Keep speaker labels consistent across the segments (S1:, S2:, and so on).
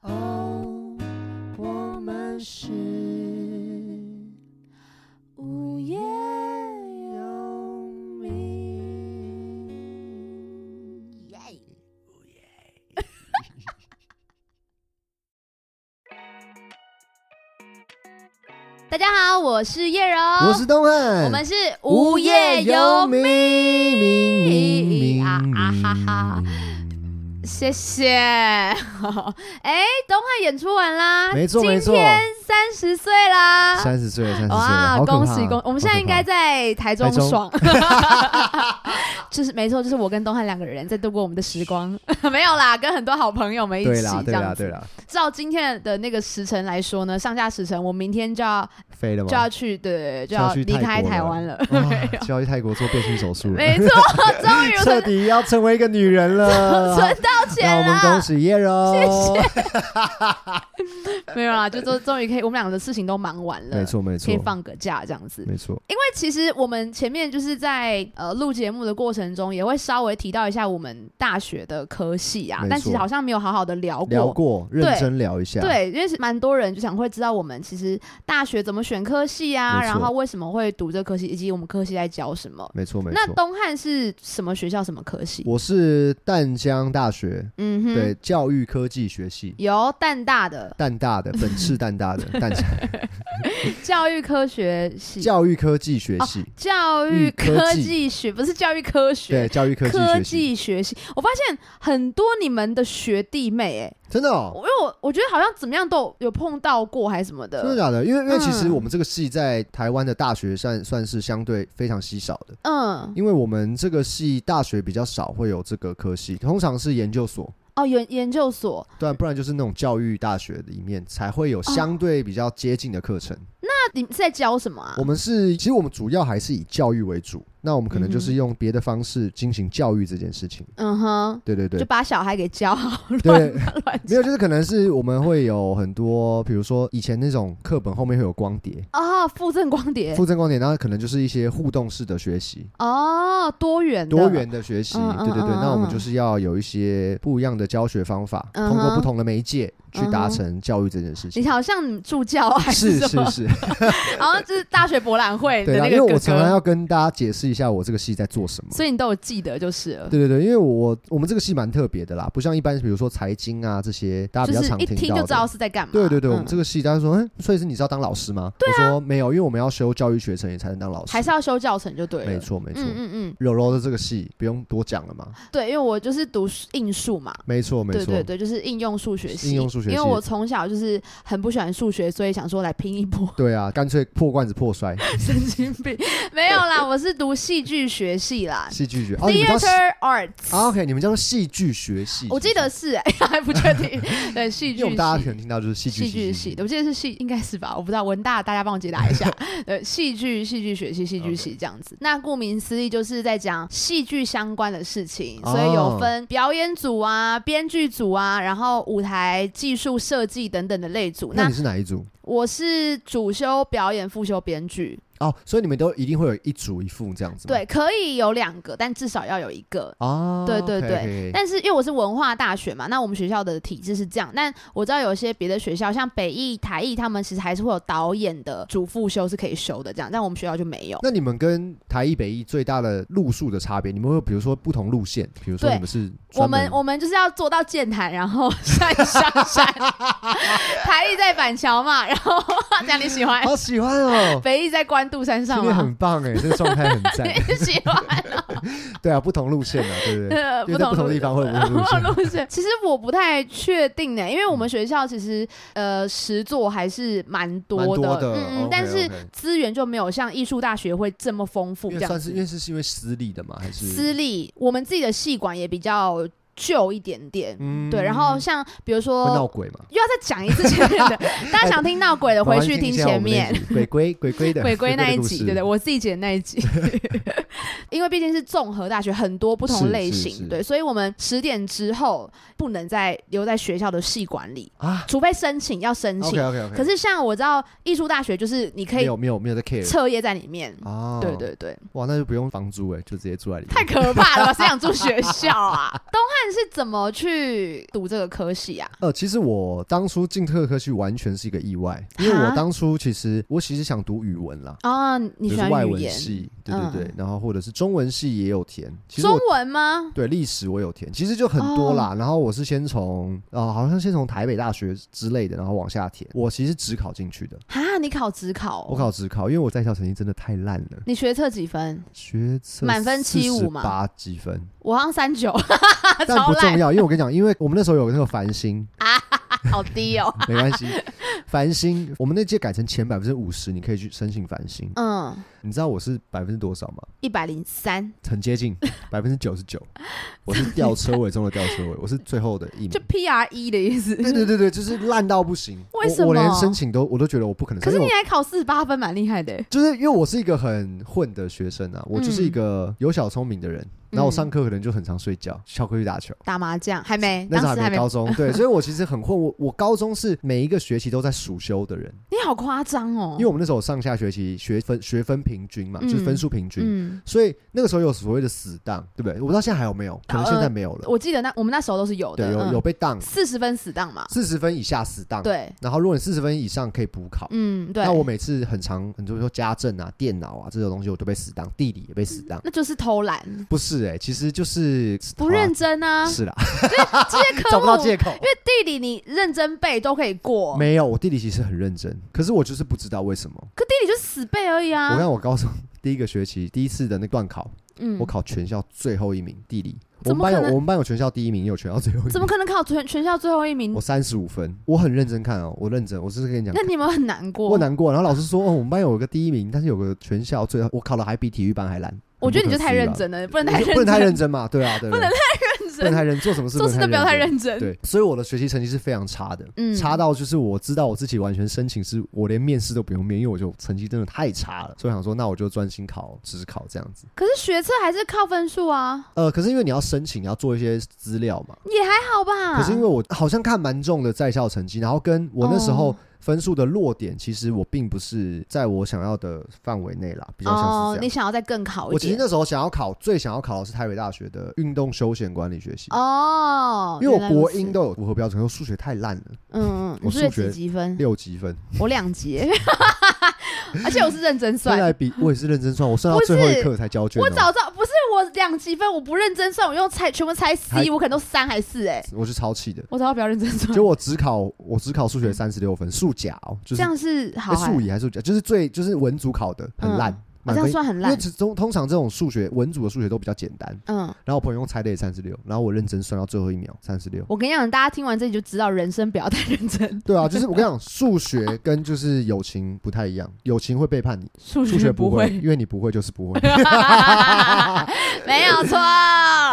S1: 哦我们是无业游民。
S2: 耶！
S1: 大家好，我是叶柔，
S2: 我是东汉，
S1: 我们是无业游民。
S2: 民，民民
S1: 啊啊哈哈！谢谢。 哎、东汉演出完啦，
S2: 没错没错
S1: 今天三十岁啦，
S2: 三十岁了，三十岁了，
S1: 哇，
S2: 好可
S1: 恭
S2: 怕
S1: 喜恭！我们现在应该，在台中
S2: 台中
S1: 爽， 就是没错，就是我跟东汉两个人在度过我们的时光， 没有啦，跟很多好朋友们一
S2: 好
S1: 起
S2: 可怕对
S1: 这样
S2: 啦
S1: 子。
S2: 对啦对啦，
S1: 照今天的那个时辰来说呢，上下时辰，我明天就要
S2: 飞了吗？
S1: 就要去，对对对，
S2: 就
S1: 就要
S2: 要去
S1: 离
S2: 泰
S1: 开
S2: 国
S1: 台
S2: 了
S1: 湾 了。
S2: 哇就要去泰国做变性手术了，
S1: 没错，终于
S2: 彻
S1: 存
S2: 底要成为一个女人 了。
S1: 存到
S2: 让我
S1: 钱
S2: 们恭
S1: 了，
S2: 喜叶柔，
S1: 没有啦，就终终于可以，我们两个的事情都忙完了，
S2: 没，错没
S1: 可以
S2: 错，
S1: 放个假这样子。
S2: 没错，
S1: 因为其实我们前面就是在呃录节目的过程中，也会稍微提到一下我们大学的科系啊
S2: 没，错
S1: 但其实好像没有好好的聊过。
S2: 聊过，认
S1: 对
S2: 真聊一下，，
S1: 对，因为是蛮多人就想会知道我们其实大学怎么选科系啊，
S2: 没错
S1: 然后为什么会读这科系，以及我们科系在教什么。
S2: 没错没
S1: 那
S2: 错。
S1: 东汉是什么学校？什么科系？
S2: 我是淡江大学，
S1: 嗯哼，
S2: 对，教育科技学系，
S1: 由淡大的
S2: 淡大 的，本市淡大的，淡江
S1: 教育科学系，
S2: 教育科技学
S1: 哦
S2: 系，
S1: 教育
S2: 育嗯科
S1: 科
S2: 技
S1: 技学不是教育科学
S2: 对，，教育科技学系，
S1: 技学系。我发现很多你们的学弟妹、哎，
S2: 真的
S1: 我
S2: 哦，
S1: 因为我我觉得好像怎么样都有有碰到过还是什么的，
S2: 真的假的？因为因为其实
S1: 嗯
S2: 我们这个系在台湾的大学算算是相对非常稀少的，
S1: 嗯，
S2: 因为我们这个系大学比较少会有这个科系，通常是研究所。
S1: 哦研研究所，
S2: 对啊，不然就是那种教育大学里面才会
S1: 哦
S2: 有相对比较接近的课程。
S1: 那你们是在教什么啊
S2: 我？们是其实我们主要还是以教育为主，那我们可能就
S1: 嗯
S2: 是用别的方式进行教育这件事情。
S1: 嗯哼，
S2: 对对
S1: 就
S2: 对
S1: 把小孩给教好，乱
S2: 对，
S1: 乱
S2: 没有就是可能是我们会有很多，比如说以前那种课本后面会有光碟。
S1: 哦，附赠光碟
S2: 附赠光碟，然后可能就是一些互动式的学习，
S1: 哦，多元的
S2: 多元的学习，
S1: 嗯嗯
S2: 对对对。
S1: 嗯嗯
S2: 那我们
S1: 嗯
S2: 就是要有一些不一样的教学方法，
S1: 嗯
S2: 通过
S1: 哼嗯
S2: 不同的媒介去达
S1: 嗯哼
S2: 成教育这件事情
S1: 你。好像助教还
S2: 是
S1: 什
S2: 是
S1: 么，
S2: 是，
S1: 好像就是大学博览会的
S2: 对啦，
S1: 哎那
S2: 因为
S1: 个
S2: 我
S1: 哥
S2: 常常
S1: 哥，
S2: 要跟大家解释一下我这个戏在做什么。
S1: 所以你都有记得就是了，
S2: 对对对，因为我我们这个戏蛮特别的啦，不像一般比如说财经啊这些大家比
S1: 就
S2: 较
S1: 是
S2: 常
S1: 一
S2: 听
S1: 听就
S2: 到
S1: 知道
S2: 的。
S1: 是在干嘛。
S2: 对对对，我们
S1: 嗯啊
S2: 这个戏大家说，嗯，所以是你是要当老师吗？我说没有，因为我们要修教育学程也才能当老师。
S1: 还是要修教程就对了，
S2: 没错没错
S1: 嗯。嗯嗯，
S2: 柔柔的这个戏不用多讲了嘛，
S1: 对，因为我就是读应数嘛，
S2: 没错没
S1: 对
S2: 错
S1: 对，对，就是应用数学系。
S2: 应用数学
S1: 因为
S2: 系。
S1: 我从小就是很不喜欢数学，所以想说来拼一波
S2: 对啊，干脆破罐子破摔，
S1: 神经 病，没有啦，我是读戏剧学系啦
S2: 戏剧学。哦，你们叫 戏
S1: ，Theater Arts。
S2: 啊，OK，你们叫做戏剧学系。
S1: 我记得是、欸，还不 确定。对，戏
S2: 是不是，因为我
S1: 剧
S2: 们大家可
S1: 系
S2: 能。听到就是戏剧
S1: 戏剧系，我记得是戏，应该是吧？我不知道，文大大家帮我解答 一下。对，戏剧戏剧学系，戏剧系这样子。那顾名思义，就是在讲戏剧相关的事情，所以有
S2: 哦
S1: 分表演组啊、编剧组啊，然后舞台技术设计等等的类组。
S2: 那你是哪一组？
S1: 我是主修表演，副修编剧，
S2: 哦，所以你们都一定会有一主一副这样子吗。
S1: 对，可以有两个，但至少要有一个。
S2: 啊，
S1: 对对
S2: OK，
S1: 对
S2: OK，
S1: 但是因为我是文化大学嘛，那我们学校的体制是这样。但我知道有些别的学校，像北艺、台艺，他们其实还是会有导演的主副修是可以修的，这样。但我们学校就没有。
S2: 那你们跟台一北一最大的路数的差别，你们会有比如说不同路线，比如说
S1: 对
S2: 你们是
S1: 我
S2: 专门
S1: 们我们就是要做到健谈，然后上上山， 台艺在板桥嘛，然后 这样你喜欢，
S2: 好喜欢 哦，
S1: 北艺在关渡山
S2: 今
S1: 上
S2: 天
S1: 嘛，
S2: 很棒哎，这个状态很赞。
S1: 你喜欢。
S2: 对啊，不同路线啊，对 不对？
S1: 呃
S2: 因为在不同
S1: 路
S2: 地方会有不同路线。
S1: 路 线。其实我不太确定呢，因为我
S2: 嗯
S1: 们学校其实呃实作还是蛮多
S2: 蛮
S1: 的，
S2: 多的
S1: 嗯嗯
S2: OK，
S1: 但是
S2: OK
S1: 资源就没有像艺术大学会这么丰富
S2: 因
S1: 这
S2: 为
S1: 样
S2: 算是因
S1: 子。
S2: 为是是因为私立的嘛，还是
S1: 私立，我们自己的系馆也比较旧一点点，
S2: 嗯
S1: 对。然后像比如
S2: 会闹
S1: 说。
S2: 鬼嘛？啊
S1: 又要再讲一次前面 的，大家想听闹鬼的，回去听前面。
S2: 鬼鬼鬼鬼的
S1: 鬼鬼那一
S2: 故
S1: 集，
S2: 事
S1: 对对，我自己剪那一 集，因为毕竟是综合大学，很多不同
S2: 是
S1: 类
S2: 是
S1: 型，
S2: 是
S1: 对，所以我们十点之后不能再留在学校的系馆里，
S2: 啊
S1: 除非申请要申请。
S2: ，OK OK OK。
S1: 可是像我知道艺术大学，就是你可
S2: 没
S1: 以
S2: 有没有没有在 care
S1: 彻夜在里面。
S2: 啊，
S1: 对，对对，
S2: 欸哇，那就不用房租哎，就直接住在里面。
S1: 太可怕了吧！谁想住学校啊？东是怎么去读这个科系啊？
S2: 呃，其实我当初进特科系完全是一个意外，因为
S1: 哈
S2: 我当初其实我其实想读语文啦，
S1: 啊，你
S2: 就
S1: 喜
S2: 是
S1: 欢
S2: 外
S1: 语
S2: 文
S1: 言？
S2: 系，对对对，
S1: 嗯
S2: 然后或者是中文系也有填，其实
S1: 中哦
S2: 我
S1: 文吗？
S2: 对历史我有填，其实就很多啦。然后我是先从啊、呃好像先从台北大学之类的，然后往下填。我其实只考进去的，
S1: 啊，你考职考哦？
S2: 我考只考，因为我在校成绩真的太烂了，
S1: 你学测几分？
S2: 学测
S1: 满分75嘛
S2: 八几分，
S1: 我好像三九，
S2: 但
S1: 超
S2: 不重
S1: 烂，
S2: 要，因为我跟你讲，因为我们那时候有那个繁星，
S1: 好低哦。
S2: 没关系，繁星，我们那届改成前百分之五十，你可以去申请繁星。
S1: 嗯，
S2: 你知道我是百分之多少吗？
S1: 一百零三，
S2: 很接近百分之九十九， 我是吊车尾中的吊车尾，我是最后的一名
S1: 就。P R E 的意思。
S2: 对对对对，就是烂到不行。
S1: 为什么
S2: 我我连申请都我都觉得我不可能
S1: 可
S2: 申
S1: 是
S2: 请。因
S1: 你
S2: 为我
S1: 还考四十八分，蛮厉害的欸。
S2: 就是因为我是一个很混的学生
S1: 嗯
S2: 啊，我就是一个有小聪明的人，然后我上课可能就很常睡觉，翘课去打球。
S1: 打麻将还没，
S2: 那
S1: 当
S2: 时候
S1: 时还
S2: 还没
S1: 没。
S2: 高中，对，所以我其实很混。我我高中是每一个学期都在暑修的人，
S1: 你好夸张哦
S2: 因为。我们那时候上下学期学分学分平均嘛，就是分数平均，
S1: 嗯，
S2: 所以那个时候有所谓的死档，对不对？我不知道现在还有没有，可能现在没有了。
S1: 我记得呃那我们那时候都是有
S2: 对，
S1: 的，嗯
S2: 有有被档
S1: 四十分死档嘛。
S2: 四十分以下死档，
S1: 对，
S2: 然后如果你四十分以上可以补考。
S1: 嗯，对
S2: 那。我每次很常，很多说家政啊、电脑啊这种东西，我都被死当，地理也被死当。
S1: 那就是偷懒，
S2: 不是哎、其实就是
S1: 嗯不认真
S2: 好
S1: 啊
S2: 啦。是 啦，
S1: 这些科
S2: 找不到
S1: 目，
S2: 借口。
S1: 因为地理你认真背都可以过，
S2: 没有，我地理其实很认真，可是我就是不知道为什么。
S1: 可地理就死背而已
S2: 我
S1: 啊。
S2: 看我高中 第一个学期第一次的那段考，
S1: 嗯
S2: 我，考全校最后一名地理。我
S1: 怎
S2: 们
S1: 么
S2: 班
S1: 可
S2: 有
S1: 能
S2: 我们班有全校第一名，也有全校最后一名。
S1: 怎么可能考全全校最后一名
S2: 我？三十五分，我很认真看哦，我认真，我是跟你讲
S1: 那，你有没有很难过？
S2: 我难过。然后老师说，哦，我们班有个第一名，但是有个全校最后，我考的还比体育班还烂。
S1: 我觉得
S2: 很
S1: 你
S2: 不
S1: 就
S2: 可
S1: 太
S2: 思议
S1: 认
S2: 吧
S1: 真了，不能
S2: 我
S1: 太
S2: 就
S1: 认
S2: 不
S1: 真，
S2: 能太认真嘛，对啊，对
S1: 不
S2: 对
S1: 能认
S2: 不能太
S1: 真，
S2: 认，做什么事
S1: 做事都不要太
S2: 认
S1: 认
S2: 真。
S1: 真。
S2: 对，所以我的学习成绩是非常差的，
S1: 嗯
S2: 差到就是我知道我自己完全申请是我连面试都不用面，因为我就成绩真的太差了，所以我想说那我就专心考职考这样子。
S1: 可是学测还是靠分数啊，
S2: 呃，可是因为你要申请，你要做一些资料嘛，
S1: 也还好吧。
S2: 可是因为我好像看蛮重的在校成绩，然后跟我那时候
S1: 哦
S2: 分数的落点，其实我并不是在我想要的范围内啦，比较像
S1: 哦
S2: 是，这
S1: 你
S2: 样。
S1: 想要再更好一
S2: 我其实
S1: 点
S2: 那时候想要考，最想要考的是台北大学的运动休闲管理学系。
S1: 哦，
S2: 因为我国
S1: 原来如
S2: 英
S1: 此
S2: 都有符合标准，可是数学太烂了，
S1: 嗯嗯，你
S2: 我
S1: 数
S2: 数
S1: 学
S2: 学
S1: 几级分？
S2: 六级分。
S1: 我两节， 而且我是认真
S2: 算
S1: 算。
S2: 来比我也是认真算，我算到
S1: 不是
S2: 最后一刻才交卷哦、
S1: 我早知道不是我两积分，我不认真算，我用猜全部猜 C，
S2: 还
S1: 我可能都三还四哎、
S2: 我是超气的。
S1: 我早知道不要认真算，
S2: 就我只考我只考数学三十六分，数甲哦，就
S1: 这
S2: 是
S1: 样是好哎
S2: 诶
S1: 还
S2: 数乙还是数甲，就是最就是文组考的很烂
S1: 嗯，哦
S2: 满
S1: 这样
S2: 分。
S1: 算很
S2: 因为
S1: 烂。
S2: 其实通通常这种数学文组的数学都比较简单，
S1: 嗯，
S2: 然后我朋友猜的也三十六，然后我认真算到最后一秒三十六。
S1: 我跟你讲，大家听完这里就知道人生不要太认真，
S2: 对啊，就是我跟你讲，数学跟就是友情不太一样，友情会背叛你，
S1: 数
S2: 数学
S1: 不
S2: 不会， 因为你不会就是不会。
S1: 没有错，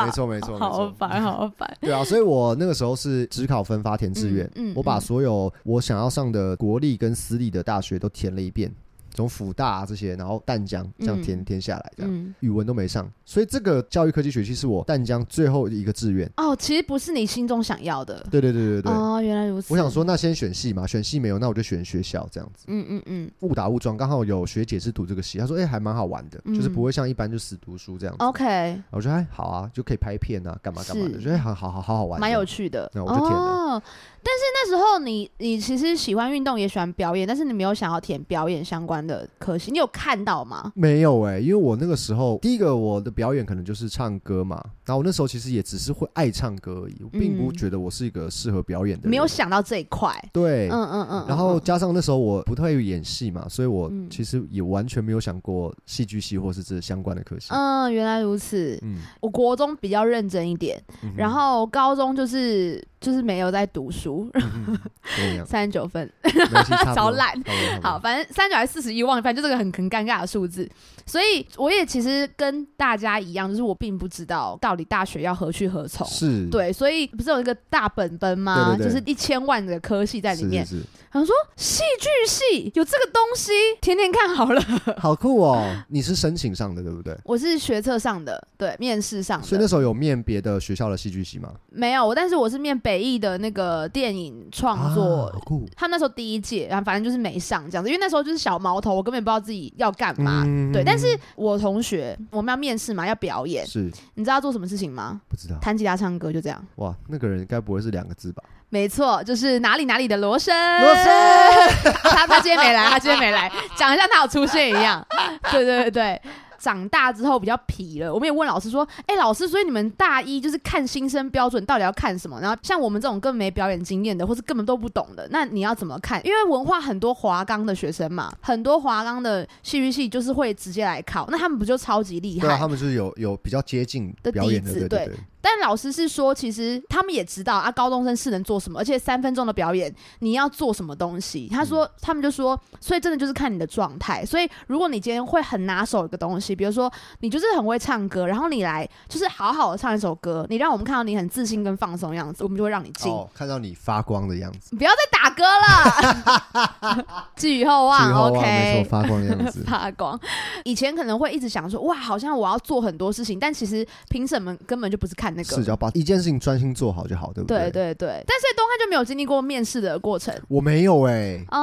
S2: 没错没错没
S1: 好
S2: 错，
S1: 烦好烦。
S2: 对啊，所以我那个时候是只考分发填志愿，
S1: 嗯嗯
S2: 我把
S1: 嗯
S2: 所有我想要上的国立跟私立的大学都填了一遍，从辅大、啊、这些，然后淡江这样填、
S1: 嗯
S2: 填下来， 这样、
S1: 嗯，
S2: 语文都没上，所以这个教育科技学系是我淡江最后一个志愿。
S1: 哦，其实不是你心中想要的。
S2: 对对对对对，
S1: 哦，原来如此。
S2: 我想，说那先选系嘛，选系没有，那我就选学校这样子，
S1: 嗯嗯嗯
S2: 误打误撞，刚好有学姐是读这个系，她说哎、还蛮好玩的，就是
S1: 嗯
S2: 不会像一般就死读书这样子。
S1: ，OK，
S2: 我说哎好啊，就可以拍片啊，干嘛干嘛的，
S1: 是
S2: 我觉得哎好好好好好玩，
S1: 蛮有趣的。
S2: 那我就填了
S1: 哦，但是那时候你你其实喜欢运动，也喜欢表演，但是你没有想要填表演相关的科系，你有看到吗？
S2: 没有哎、因为我那个时候，第一个我的表演可能就是唱歌嘛，然后我那时候其实也只是会爱唱歌而已，我并不
S1: 嗯
S2: 觉得我是一个适合表演的人，
S1: 没有想到这一块。
S2: 对。
S1: 嗯嗯嗯。
S2: 然后
S1: 嗯
S2: 加上那时候我不太会演戏嘛，所以我
S1: 嗯
S2: 其实也完全没有想过戏剧系或是这相关的科系。
S1: 嗯，原来如此。
S2: 嗯，
S1: 我国中比较认真一点，
S2: 嗯哼
S1: 然后高中就是就是没有在读书，
S2: 嗯哼跟我一样，
S1: 三十九分，
S2: 没关系 差不多
S1: 少懒，
S2: 差不多差不多
S1: 好，反正三角还是四十一，忘了，反正就这个很很尴尬的数字。所以我也其实跟大家一样，就是我并不知道到底大学要何去何从。
S2: 是，
S1: 对，所以不是有一个大本本吗？
S2: 对对对
S1: 就是一千万的科系在里面。
S2: 是是
S1: 然后说戏剧系有这个东西，填填看好了。
S2: 是，好酷哦！你是申请上的对不对？
S1: 我是学测上的，对，面试上
S2: 所以那
S1: 的
S2: 时候有面别的学校的戏剧系吗？
S1: 没有，我但是我是面北艺的那个电影创作。
S2: 啊好酷，
S1: 他们那时候第一届，然后反正就是没上这样子，因为那时候就是小毛毛头，我根本不知道自己要干嘛。
S2: 嗯
S1: 对，但是我同学我们要面试嘛，要表演，
S2: 是
S1: 你知道做什么事情吗？
S2: 不知道
S1: 弹吉他、唱歌，就这样。
S2: 哇，那个人该不会是两个字吧？
S1: 没错，就是哪里哪里的罗生。
S2: 罗生
S1: 他他今天没来，他今天没来，讲一下他有出现一样。 对对对对。长大之后比较皮了，我们也问老师说：“哎、老师，所以你们大一就是看新生标准到底要看什么？然后像我们这种根本没表演经验的，或是根本都不懂的，那你要怎么看？因为文化很多华冈的学生嘛，很多华冈的戏剧系就是会直接来考，那他们不就超级厉害？
S2: 对啊，他们是有有比较接近
S1: 的
S2: 表演的，
S1: 底
S2: 对
S1: 子
S2: 对
S1: 对
S2: 对，
S1: 但老师是说，其实他们也知道啊，高中生是能做什么，而且三分钟的表演你要做什么东西。他说，
S2: 嗯
S1: 他们就说，所以真的就是看你的状态。所以如果你今天会很拿手一个东西，比如说你就是很会唱歌，然后你来就是好好的唱一首歌，你让我们看到你很自信跟放松的样子，我们就会让你进。
S2: 哦，看到你发光的样子，
S1: 你不要再打歌了， 寄予厚望
S2: 之后
S1: o
S2: 哇，没
S1: k，
S2: 错，发光的样子
S1: 发光。以前可能会一直想说，哇，好像我要做很多事情，但其实评审们根本就不是 看那个，
S2: 是只要把一件事情专心做好就好，对不
S1: 对
S2: 对对，
S1: 对对，但是东汉就没有经历过面试的过程
S2: 我没有哎。
S1: 啊。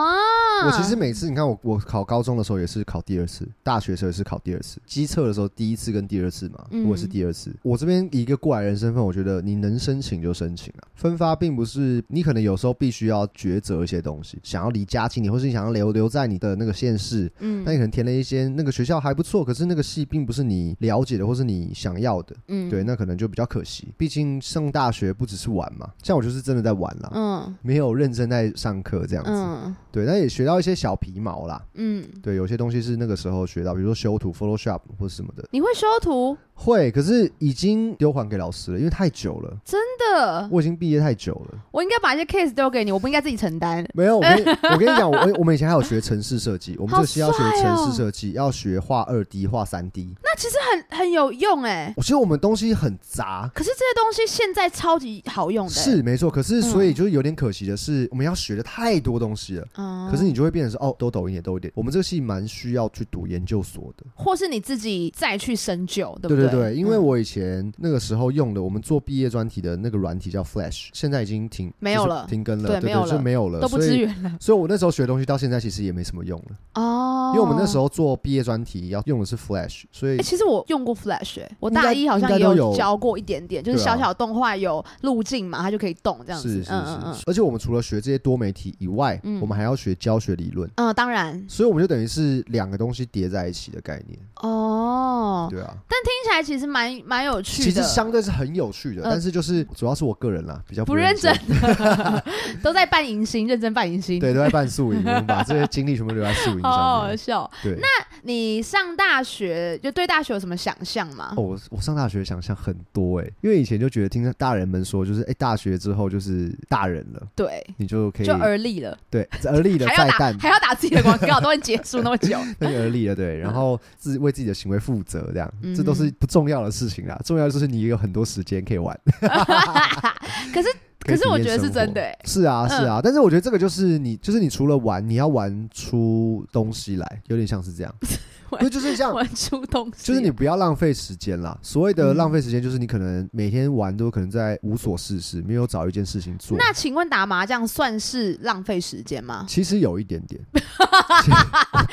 S2: 我其实每次，你看我，我考高中的时候也是考第二次，大学的时候也是考第二次，机测的时候第一次跟第二次嘛，
S1: 嗯
S2: 我也是第二次。我这边以一个过来人身份，我觉得你能申请就申请啊。分发并不是你可能有时候必须要抉择一些东西，想要离家近你，或是你想要留留在你的那个县市，
S1: 嗯
S2: 但你可能填了一些那个学校还不错，可是那个系并不是你了解的或是你想要的，
S1: 嗯
S2: 对，那可能就比较可惜。毕竟上大学不只是玩嘛，像我就是真的在玩啦。
S1: 嗯
S2: 没有认真在上课这样子，
S1: 嗯
S2: 对，但也学到一些小皮毛啦。
S1: 嗯，
S2: 对，有些东西是那个时候学到，比如说修图、Photoshop 或是什么的，
S1: 你会修图
S2: 会，可是已经丢还给老师了，因为太久了，
S1: 真的？
S2: 我已经毕业太久了。
S1: 我应该把一些 case 丢给你，我不应该自己承担。
S2: 没有，我跟你我跟你讲，我我们以前还有学城市设 计，我们这个系要学
S1: 好帅哦
S2: 城市设计，要学画二 D、画三 D。
S1: 那其实 很很有用哎、
S2: 我其实我们东西很杂，
S1: 可是这些东西现在超级好用的、欸，
S2: 是没错，可是所
S1: 嗯
S2: 以就是有点可惜的是，我们要学的太多东西了。
S1: 嗯
S2: 可是你就会变成是哦，都懂一点，都一点。我们这个系蛮需要去读研究所的，
S1: 或是你自己再去深究，对不
S2: 对
S1: 对
S2: 对，
S1: 嗯
S2: 因为、我以前那个时候用的，我们做毕业专题的那个软体叫 Flash，现在已经停
S1: 没
S2: 就
S1: 有
S2: 是
S1: 了
S2: 停更了，
S1: 对
S2: 对
S1: 没有
S2: 就
S1: 了
S2: 没有了，
S1: 嗯都不
S2: 所以
S1: 支援了
S2: 所以我那时候学的东西到现在其实也没什么用了，
S1: 哦
S2: 因为我们那时
S1: 候。
S2: 候做毕业专题要用的是 Flash，所以
S1: 欸、其实我用过 Flash，、欸、我
S2: 应该
S1: 大一好像
S2: 应
S1: 也
S2: 该都有
S1: 教过一点点，就是
S2: 对啊
S1: 小小动画有路径嘛，它就可以动这样子。
S2: 是是是，
S1: 嗯嗯嗯
S2: 而且我们除了学这些多媒体以外，
S1: 嗯
S2: 我们还要学教学理论。
S1: 嗯，当然
S2: 所以我们就等于是两个东西叠在一起的概念，
S1: 哦，
S2: 对啊，
S1: 但听起来其实蛮蛮有趣
S2: 其
S1: 的，
S2: 实相对是很有趣的，
S1: 呃
S2: 但是就是主要是我个人啦，比较
S1: 不
S2: 认
S1: 认真，的， 都在扮迎新，认真扮迎新，
S2: 对，都在办宿营，我们把这些精力全部留在宿营
S1: 好
S2: 上
S1: 好
S2: 面。
S1: 笑。
S2: 对，
S1: 你上大学就对大学有什么想象吗？
S2: 哦，我我上大学想象很多哎、因为以前就觉得听大人们说，就是哎、大学之后就是大人了，
S1: 对，
S2: 你就可以
S1: 就而立了，
S2: 对而立了
S1: 还
S2: 再
S1: 要打
S2: 淡，
S1: 还要打自己的广告，都已经结束那么 久，
S2: 那就而立了对，然后自为自己的行为负责，这样、
S1: 嗯
S2: 这都是不重要的事情啦，重要的就是你有很多时间可以玩。
S1: 可是
S2: 可以
S1: 可是我
S2: 体验
S1: 觉得是
S2: 生
S1: 真
S2: 活
S1: 的欸
S2: 是啊是啊，但是我觉得这个就是你，就是你除了玩，你要玩出东西来，有点像是这样，
S1: 玩
S2: 对，就是 像
S1: 玩欸出东西，
S2: 就是你不要浪费时间啦。所谓的
S1: 嗯
S2: 浪费时间，就是你可能每天玩都可能在无所事事，没有找一件事情做。
S1: 那请问打麻将算是浪费时 间吗？
S2: 其实有一点 点，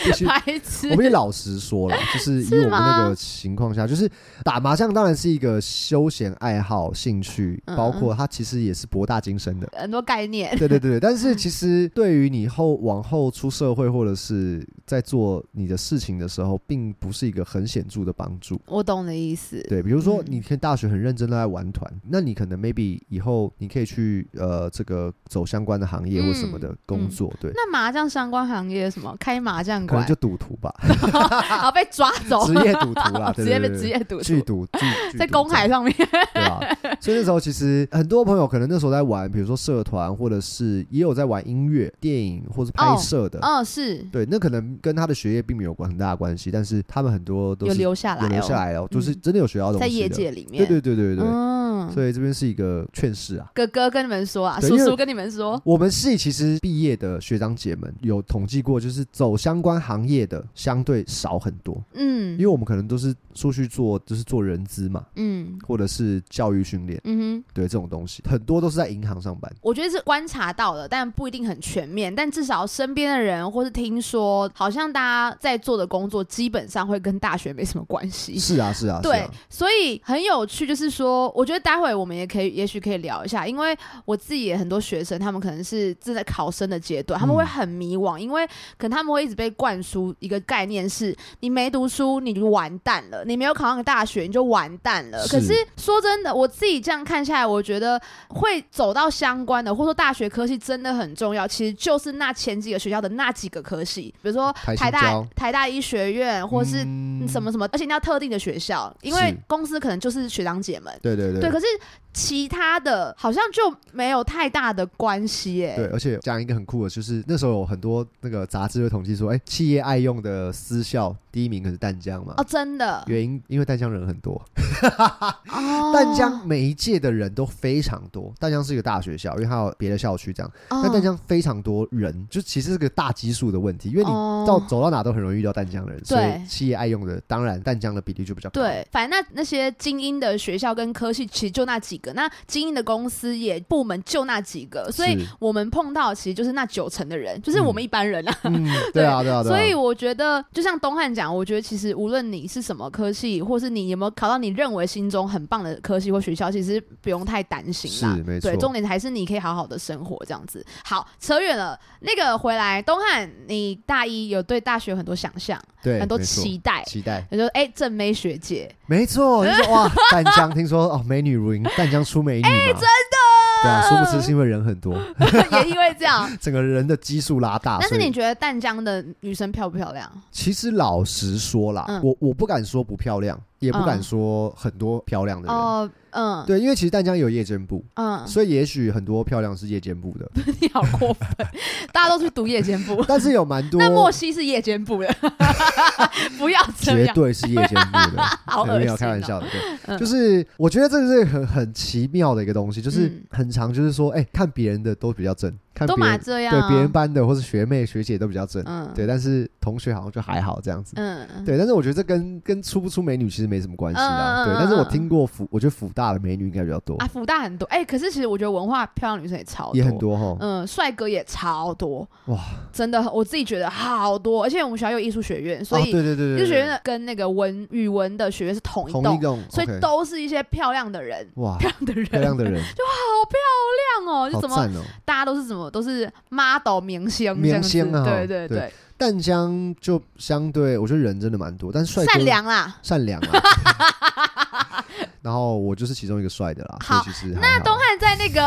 S2: 其实
S1: 白痴
S2: 我，们也老实说了，就是以
S1: 是
S2: 我们那
S1: 吗
S2: 个情况下，就是打麻将当然是一个休闲爱好、兴趣，
S1: 嗯
S2: 包括它其实也是博大精深的。
S1: 很多概念，
S2: 对对 对对，但是其实对于你后往后出社会或者是在做你的事情的时候，并不是一个很显著的帮助。
S1: 我懂的意思。
S2: 对，比如说
S1: 嗯
S2: 你看大学很认真的在玩团，那你可能 maybe 以后你可以去呃这个走相关的行业或什么的工作，对，
S1: 嗯那麻将相关行业有什么开麻将
S2: 可能
S1: 馆
S2: 就，赌徒吧，
S1: 然后被抓走，
S2: 职业赌 徒啦，
S1: 直
S2: 对
S1: 接
S2: 对对
S1: 被哦职
S2: 对
S1: 业赌
S2: 剧赌
S1: 徒，
S2: 剧 剧
S1: 在
S2: 赌
S1: 公海
S2: 这样
S1: 上面，
S2: 对吧？所以那时候其实很多朋友可能那时候在玩，比如说社团，或者是也有在玩音乐、电影或是拍
S1: 哦
S2: 摄的。
S1: 嗯，是
S2: 对，那可能跟他的学业并没有很大的关系，但是他们很多都
S1: 有
S2: 是
S1: 留下来，哦
S2: 哦
S1: 嗯
S2: 有留下，来哦，就是真的有学到东西的。
S1: 在业界里面，
S2: 对对对对对，
S1: 嗯嗯，
S2: 所以这边是一个劝世啊。
S1: 哥哥跟你们说啊，
S2: 对
S1: 叔
S2: 因为
S1: 叔跟你们说，
S2: 我们系其实毕业的学长姐们有统计过，就是走相关行业的相对少很多，因
S1: 嗯
S2: 为我们可能都是出去做，就是做人资嘛，
S1: 嗯
S2: 或者是教育训练，
S1: 嗯哼，
S2: 对这种东西，很多都是在银行上 班。
S1: 我觉得是观察到了，但不一定很全面，但至少身边的人或是听说，好像大家在做的工作基本上会跟大学没什么关系。
S2: 是啊，是啊，是
S1: 对
S2: 啊，，
S1: 所以很有趣，就是说，我觉得待会我们也可以，也许可以聊一下，因为我自己也很多学生，他们可能是正在考生的阶段，他们
S2: 嗯
S1: 会很迷惘，因为可能他们会一直被灌输一个概念是，你没读书你就完蛋了，你没有考上大学你就完蛋了。
S2: 是
S1: 可是说真的，我自己这样看下来，我觉得会走到相关的，或者说大学科系真的很重要，其实就是那前几个学校的那几个科系，比如说
S2: 台
S1: 台
S2: 青
S1: 大
S2: 交
S1: 台大医学院，或是
S2: 嗯
S1: 什么？什么，而且你要特定的学校，因为
S2: 是
S1: 公司可能就是学长姐们。
S2: 对对对
S1: 对，可是其他的好像就没有太大的关系耶、
S2: 对，而且讲一个很酷的，就是那时候有很多那个杂志会统计说，哎、企业爱用的私校第一名可是淡江嘛。
S1: 哦，真的
S2: 原因因为淡江人很多，
S1: 哦，
S2: 淡江每一届的人都非常多。淡江是一个大学校，因为它有别的校区这样，
S1: 哦，
S2: 但淡江非常多人，就其实是个大基数的问题，因为你
S1: 哦
S2: 到走到哪都很容易遇到淡江人，所以
S1: 对
S2: 企业爱用的当然淡江的比例就比较高。
S1: 对，反正那那些精英的学校跟科系其实就那几个，那精英的公司也部门就那几个，所以
S2: 是
S1: 我们碰到其实就是那九成的人，就是
S2: 嗯
S1: 我们一般人啊。
S2: 嗯，对啊，对啊，对啊。
S1: 所以我觉得，就像东汉讲，我觉得其实无论你是什么科系，或是你有没有考到你认为心中很棒的科系或学校，其实不用太担心啦
S2: 是。没错
S1: 对，，重点还是你可以好好的生活这样子。好，扯远了。那个回来，东汉，你大一有对大学有很多想象，
S2: 对
S1: 很多
S2: 没错
S1: 期待。
S2: 期待，
S1: 你说，哎、正妹学姐，
S2: 没错，就是哇，淡江听说哦，美 女如云，淡江出美女嘛，
S1: 哎
S2: 真的，对啊，殊不知是因为人很多，
S1: 也因为 这样。
S2: 整个人的基数拉大。
S1: 但是
S2: 所以
S1: 你觉得淡江的女生漂不漂亮？
S2: 其实老实说啦，
S1: 嗯
S2: 我我不敢说不漂亮，也不敢
S1: 嗯
S2: 说很多漂亮的人，
S1: 哦，嗯，
S2: 对，因为其实淡江有夜间部，
S1: 嗯，
S2: 所以也许很多漂亮是夜间部的，
S1: 你好过分， 大家都去读夜间部。
S2: 但是有蛮多
S1: 那莫西是夜间部的， 不要这
S2: 绝
S1: 样，
S2: 对是夜间 部的。
S1: 好
S2: 对
S1: 恶
S2: 没
S1: 心、哦
S2: 有开玩，笑的，对，
S1: 嗯
S2: 就是我觉得这是很很奇妙的一个东西，就是
S1: 嗯
S2: 很常就是说，哎，看别人的都比较正，看
S1: 都
S2: 别
S1: 嘛
S2: 人
S1: 这样、
S2: 对
S1: 啊，
S2: 别人班的或是学妹学姐都比较正，
S1: 嗯，
S2: 对，但是同学好像就还好这样子。
S1: 嗯，
S2: 对，但是我觉得这跟跟出不出美女其实没什么关系啦。
S1: 嗯嗯嗯
S2: 对，
S1: 嗯
S2: 但是我
S1: 嗯
S2: 听过辅，我觉得辅大的美女应该比较多，
S1: 啊，福大很多，哎、可是其实我觉得文化漂亮女生也超
S2: 也很，多哈。
S1: 嗯，帅哥也超多，
S2: 哇，
S1: 真的，我自己觉得好多，而且我们学校有艺术学院，所
S2: 哦
S1: 以
S2: 对对对对
S1: 艺
S2: 对，
S1: 术学院的跟那个文语文的学院是同一
S2: 同
S1: 栋
S2: 一，栋，
S1: 所以
S2: OK
S1: 都是一些漂亮的人，
S2: 哇，
S1: 漂亮的人，
S2: 漂亮的人
S1: 漂亮哦， 就
S2: 好
S1: 怎么
S2: 赞哦。
S1: 大家都是怎么都是 model 明星这样
S2: 明
S1: 子，
S2: 星啊
S1: 对对
S2: 对
S1: 对，
S2: 淡江就相对，我觉得人真的蛮多，但是帅哥
S1: 善良啦。
S2: 善良啊。 然后我就是其中一个帅的啦，所以
S1: 好
S2: 其实那
S1: 东汉在那个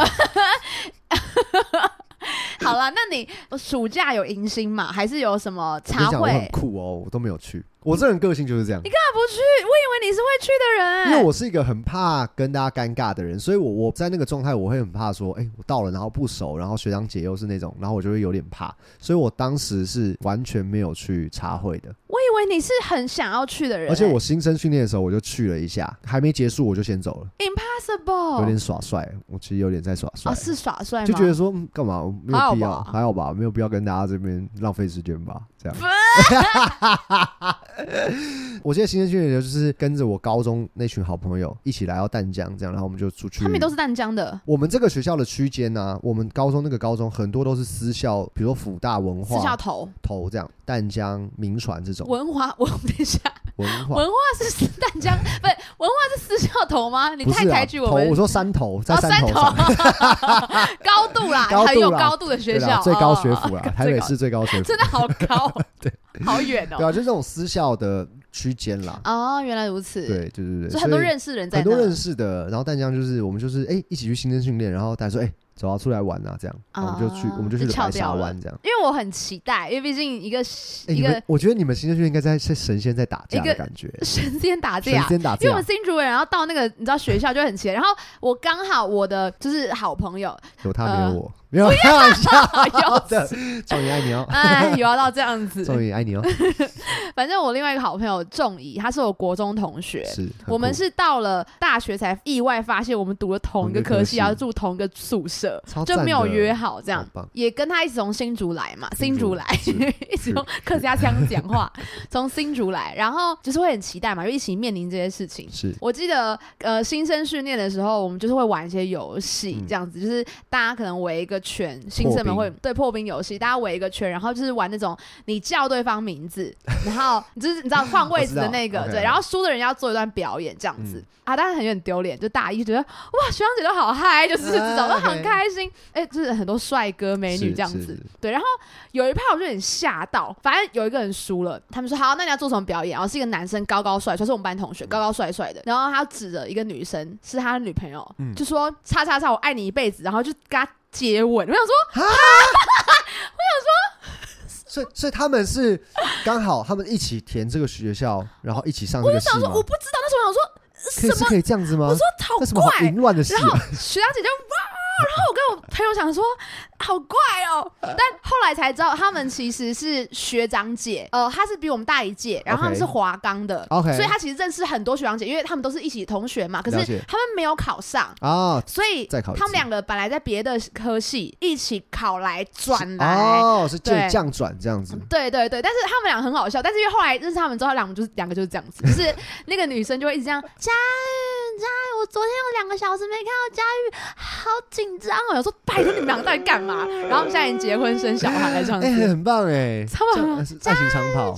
S1: 好了，那你暑假有迎新嘛？还是有什么
S2: 我跟
S1: 茶
S2: 你讲，我
S1: 会？
S2: 很酷哦，我都没有去。我这人个性就是这样，
S1: 那不去，我以为你是会去的
S2: 因
S1: 人、
S2: 为我是一个很怕跟大家尴尬的人，所以我我在那个状态我会很怕说，哎、我到了然后不熟，然后学长姐又是那种，然后我就会有点怕，所以我当时是完全没有去茶会的，
S1: 我以为你是很想要去的人、
S2: 而且我新生训练的时候我就去了一下，还没结束我就先走了，有点
S1: impossible
S2: 耍帅，我其实有点在耍帅。
S1: 哦，是耍帅吗？
S2: 就觉得说嗯干、嘛没有必要，
S1: 还好吧
S2: 还好吧，没有必要跟大家这边浪费时间吧，这 样。我记得新生训练营就是跟着我高中那群好朋友一起来到淡江，这样，然后我们就出去。
S1: 他们都是淡江的
S2: 我们这个学校的区间呢，我们高中那个高中很多都是私校，比如说辅大文
S1: 四校
S2: 化、
S1: 头
S2: 头这样，淡江、民传这种
S1: 文华， 我等一下，
S2: 文化，
S1: 文化是淡江，不是文化是四校头吗？你
S2: 不
S1: 太
S2: 是啊
S1: 抬举
S2: 头，
S1: 我们
S2: 我说山头在
S1: 哦
S2: 山头
S1: 头
S2: 上，
S1: 高度啦，
S2: 高度啦
S1: 很有高度的
S2: 对
S1: 学
S2: 啦，
S1: 校，
S2: 最高
S1: 哦
S2: 学府啦，台北市最高学府
S1: 真，的好高，对，好远
S2: 对
S1: 哦。
S2: 啊，就这种私校的区间啦，
S1: 哦，原来如此。
S2: 对对对对，
S1: 所以很多
S2: 所以
S1: 认识人在
S2: 很
S1: 那，
S2: 多认识的，然后淡江就是我们就是哎、一起去新生训练，然后大家说哎、走啊出来玩啊这样，然后我们就去、
S1: 啊
S2: 我们就去
S1: 就
S2: 了白
S1: 翘
S2: 沙
S1: 掉了
S2: 湾这样。
S1: 因为我很期待，因为毕竟一个、
S2: 哎、
S1: 一
S2: 你们
S1: 个
S2: 我觉得你们新生训练应该在是神仙在打架
S1: 一
S2: 的
S1: 个
S2: 感觉，
S1: 神仙打
S2: 神
S1: 架。
S2: 仙打
S1: 因为
S2: 架
S1: 我们，新竹人，然后 到那个你知道学校就很期待，然后我刚好我的就是好朋友，
S2: 有他没有我，没有开 玩笑
S1: 呃要
S2: 的，仲怡爱你 哦，
S1: 哎，有要到这样子。
S2: 仲怡爱你哦，
S1: 反正我另外一个好朋友仲怡，她是我国中同学，
S2: 是，很
S1: 我们
S2: 酷
S1: 是到了大学才意外发现我们读了同一个科
S2: 同
S1: 系，
S2: 一个科系
S1: 然后住同一个宿舍，
S2: 超
S1: 就
S2: 赞
S1: 没有
S2: 的
S1: 约好这样
S2: 好。棒，
S1: 也跟他一起从新竹来嘛，
S2: 新
S1: 新
S2: 竹
S1: 竹来
S2: 是，
S1: 一直用客家腔讲 话，从新竹来，然后就是会很期待嘛，就一起面临这些事情。
S2: 是
S1: 我记得呃，新生训练的时候，我们就是会玩一些游戏，
S2: 嗯
S1: 这样子，就是大家可能围一个圈，新生们会对破冰游戏，大家围一个圈，然后就是玩那种你叫对方名 字，然后就是你知道换位置的那
S2: 我
S1: 个
S2: 知，道
S1: 对，
S2: ，OK
S1: 然后输的人要做一段表演这样子、
S2: 嗯
S1: 啊，当然很有点丢脸，就大一就觉得哇，学长姐都好嗨，就是这种都
S2: 啊，OK
S1: 很开心，哎、就是很多帅哥 美女
S2: 是
S1: 这样
S2: 是
S1: 子
S2: 是，
S1: 对，然后有一趴我就很吓到，反正有一个人输了，他们说好，那你要做什么表演？然后是一个男生，高高帅帅，是我们班同学，高高帅帅的。然后他指着一个女生，是他的女朋友，
S2: 嗯
S1: 就说“叉叉叉，我爱你一辈子”，然后就跟他接吻。我想说，
S2: 所以所以他们是刚好他们一起填这个学校，然后一起上这个戏
S1: 想
S2: 吗
S1: 说？我不知道，那时候我想说
S2: 可以是可以这样子吗？
S1: 我说
S2: 那什
S1: 好
S2: 么好
S1: 怪
S2: 淫，乱的戏
S1: 然后
S2: 啊？
S1: 学长姐就哇，然后我跟我朋友想说好怪哦，但后来才知道他们其实是学长姐，呃，他是比我们大一届，然后他们
S2: OK
S1: 是华冈的
S2: OK
S1: 所以他其实认识很多学长姐，因为他们都是一起同学嘛，可是
S2: 了解
S1: 他们没有考上。
S2: 啊，
S1: 所以
S2: 再考一次
S1: 他们两个本来在别的科系一起考来转来，
S2: 哦，是
S1: 对
S2: 这降转这样子，
S1: 对对对，但是他们俩很好笑，但是因为后来认识他们之后，他两个就是两个就是这样 子，就是那个女生就会一直这样，佳玉佳玉，我昨天有两个小时没看到佳玉，好紧张哦。我说拜托你们俩到底干嘛？ 然后他们现在已经结婚生小孩了，这样子，啊
S2: 哎，很棒哎，
S1: 他们
S2: 这样是爱情长跑，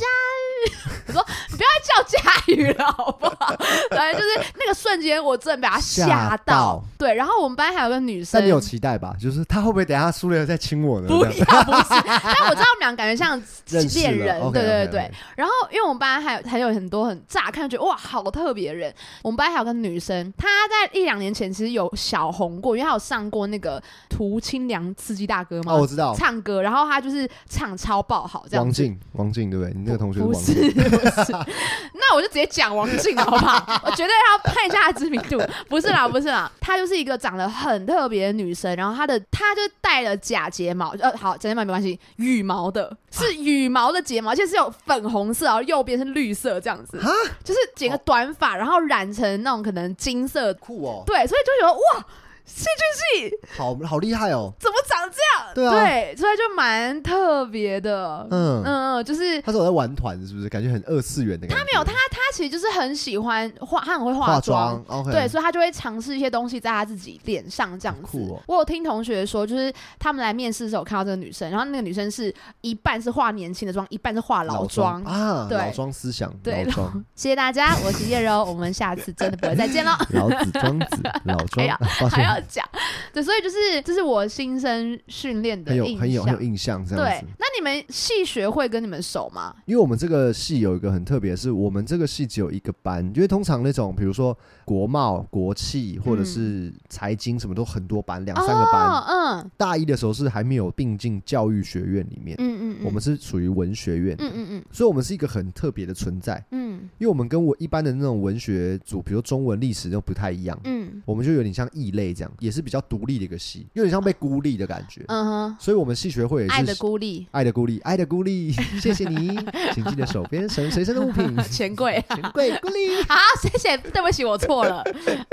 S1: 你不要再叫佳玉了好不好？反正就是那个瞬间，我真的被他
S2: 吓
S1: 吓
S2: 到
S1: 到。对，然后我们班还有个女生，
S2: 但你有期待吧？就是他会不会等一下输了再亲我呢？
S1: 不要
S2: 这
S1: 不
S2: 样
S1: 是，但我知道他们俩感觉像
S2: 认识
S1: 恋
S2: 了
S1: 人，
S2: OK，
S1: 对对
S2: OK，OK
S1: 对。然后因为我们班还有还有很多很乍看觉得哇好特别的人，我们班还有个女生，她在一两年前其实有小红过，因为她有上过那个涂清凉刺激大哥嘛，
S2: 哦，我知道，
S1: 唱歌，然后她就是唱超爆好这样
S2: 王
S1: 子。
S2: 静，王静对不对？你那个同学是
S1: 不
S2: 王
S1: 是
S2: 静，
S1: 不是， 那我就直接讲王静好不好？我绝对要看一下她的知名度。不是啦，不是啦，她就是一个长得很特别的女生，然后她的她就戴了假睫毛，呃，好，假睫毛没关系，羽毛的是羽毛的睫毛，而且是有粉红色，然后右边是绿色这样子
S2: 哈，
S1: 就是剪个
S2: 哦
S1: 短发，然后染成那种可能金色，
S2: 酷哦，
S1: 对，所以就觉得哇，戏剧系
S2: 好好厉害哦，
S1: 怎么长这样？
S2: 对啊
S1: 呃对，所以就蛮特别的，
S2: 嗯
S1: 嗯嗯，就是
S2: 他是我在玩团是不是？感觉很二次元的感觉。
S1: 他没有，他他其实就是很喜欢化，他很会
S2: 化
S1: 化
S2: 妆，OK，
S1: 对，所以他就会尝试一些东西在他自己脸上这样子。
S2: 酷哦
S1: 我有听同学说，就是他们来面试的时候看到这个女生，然后那个女生是一半是化年轻的妆，一半是化老妆。
S2: 啊，
S1: 对
S2: 老庄思想，
S1: 对
S2: 老庄，
S1: 谢谢大家，我是叶柔，我们下次真的不会 再见了。
S2: 老子庄子，老
S1: 哎
S2: 庄
S1: 呀，
S2: 抱
S1: 还
S2: 歉，
S1: 要讲，对，所以就是这是我新生训练的
S2: 很有
S1: 印象。
S2: 很有很有印象这样
S1: 对
S2: 子。，
S1: 那你们系学会跟你们熟吗？
S2: 因为我们这个系有一个很特别，是我们这个系只有一个班，因为通常那种比如说国贸、国企或者是财经什么都很多班，两三个班。
S1: 嗯哦，嗯
S2: 大一的时候是还没有并进教育学院里面，
S1: 嗯嗯嗯，
S2: 我们是属于文学院，
S1: 嗯嗯嗯
S2: 所以我们是一个很特别的存在，
S1: 嗯
S2: 因为我们跟我一般的那种文学组，比如中文、历史都不太一样。
S1: 嗯
S2: 我们就有点像异类这样，也是比较独立的一个系，有点像被孤立的感觉。
S1: 嗯哼，
S2: 所以，我们系学会也是
S1: 爱的孤立，
S2: 爱的孤立，爱的孤 立。谢谢你，请记得手边随随身的物品，
S1: 钱啊柜。
S2: 钱柜孤立，
S1: 好，啊谢谢，对不起，我错 了。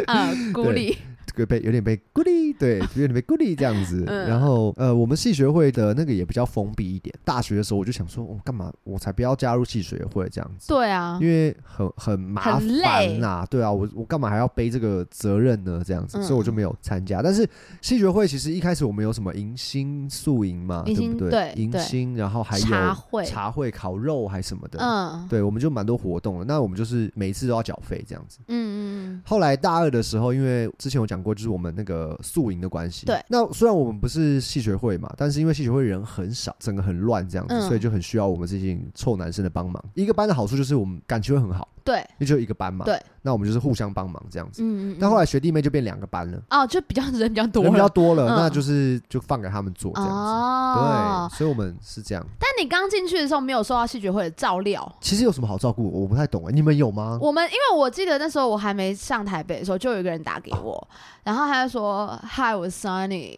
S1: 嗯，孤立，
S2: 对被有点被孤立，对，有点被孤立这样子。
S1: 嗯
S2: 然后，呃，我们系学会的那个也比较封闭一点。大学的时候，我就想说，我、干嘛？我才不要加入系学会这样子。
S1: 对啊，
S2: 因为很很麻
S1: 很
S2: 烦
S1: 累
S2: 呐、对啊，我我干嘛还要背这个责任呢？这样子，
S1: 嗯
S2: 所以我就没有参加。但是戏学会其实一开始我们有什么迎新宿营嘛，对
S1: 迎
S2: 不
S1: 新
S2: 对
S1: 对？
S2: 迎
S1: 对
S2: 新，然后还有
S1: 茶会
S2: 茶会烤肉还什么的，
S1: 嗯
S2: 对，我们就蛮多活动的。那我们就是每一次都要缴费这样子。
S1: 嗯嗯
S2: 后来大二的时候，因为之前有讲过，就是我们那个宿营的关系。
S1: 对
S2: 那虽然我们不是戏学会嘛，但是因为戏学会人很少，整个很乱这样子，
S1: 嗯
S2: 所以就很需要我们这些臭男生的帮忙。一个班的好处就是我们感情会很好，
S1: 嗯，对，
S2: 因为就一个班嘛。
S1: 对。
S2: 那我们就是互相帮忙这样子。
S1: 嗯嗯。
S2: 但后来学弟妹就变两个班了，
S1: 哦，就比较人比较多
S2: 人
S1: 了，
S2: 比较多了，
S1: 嗯
S2: 那就是就放给他们做这样子。
S1: 哦。
S2: 对，所以我们是这样。
S1: 但你刚进去的时候没有受到戏剧会的照料。
S2: 其实有什么好照顾？我不太懂哎、你们有吗？
S1: 我们因为我记得那时候我还没上台北的时候，就有一个人打给我，然后他就说：“Hi，我是 Sunny。”